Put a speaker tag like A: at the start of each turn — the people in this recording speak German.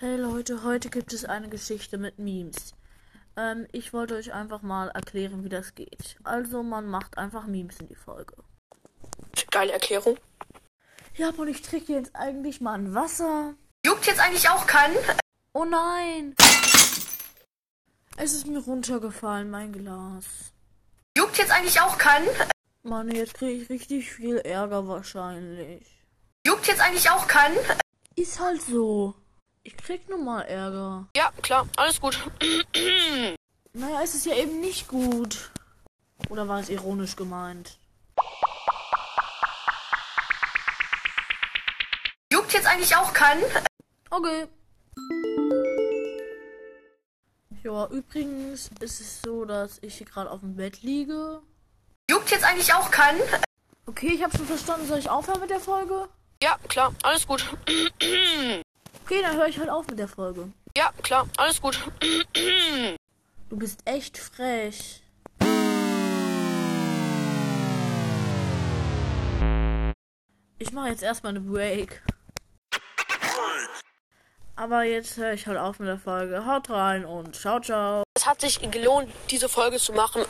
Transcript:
A: Hey Leute, heute gibt es eine Geschichte mit Memes. Ähm, ich wollte euch einfach mal erklären, wie das geht. Also, man macht einfach Memes in die Folge.
B: Geile Erklärung.
A: Ja, und ich trinke jetzt eigentlich mal ein Wasser.
B: Juckt jetzt eigentlich auch keinen?
A: Oh nein! Es ist mir runtergefallen, mein Glas.
B: Juckt jetzt eigentlich auch keinen?
A: Mann, jetzt kriege ich richtig viel Ärger wahrscheinlich.
B: Juckt jetzt eigentlich auch keinen?
A: Ist halt so. Ich krieg nun mal Ärger.
B: Ja, klar, alles gut.
A: Naja, es ist ja eben nicht gut. Oder war es ironisch gemeint?
B: Juckt jetzt eigentlich auch keinen?
A: Okay. Ja, übrigens ist es so, dass ich hier gerade auf dem Bett liege.
B: Juckt jetzt eigentlich auch keinen?
A: Okay, ich habe schon verstanden. Soll ich aufhören mit der Folge?
B: Ja, klar, alles gut.
A: Okay, dann höre ich halt auf mit der Folge.
B: Ja, klar, alles gut.
A: Du bist echt frech. Ich mache jetzt erstmal eine Break. Aber jetzt höre ich halt auf mit der Folge. Haut rein und ciao, ciao.
B: Es hat sich gelohnt, diese Folge zu machen.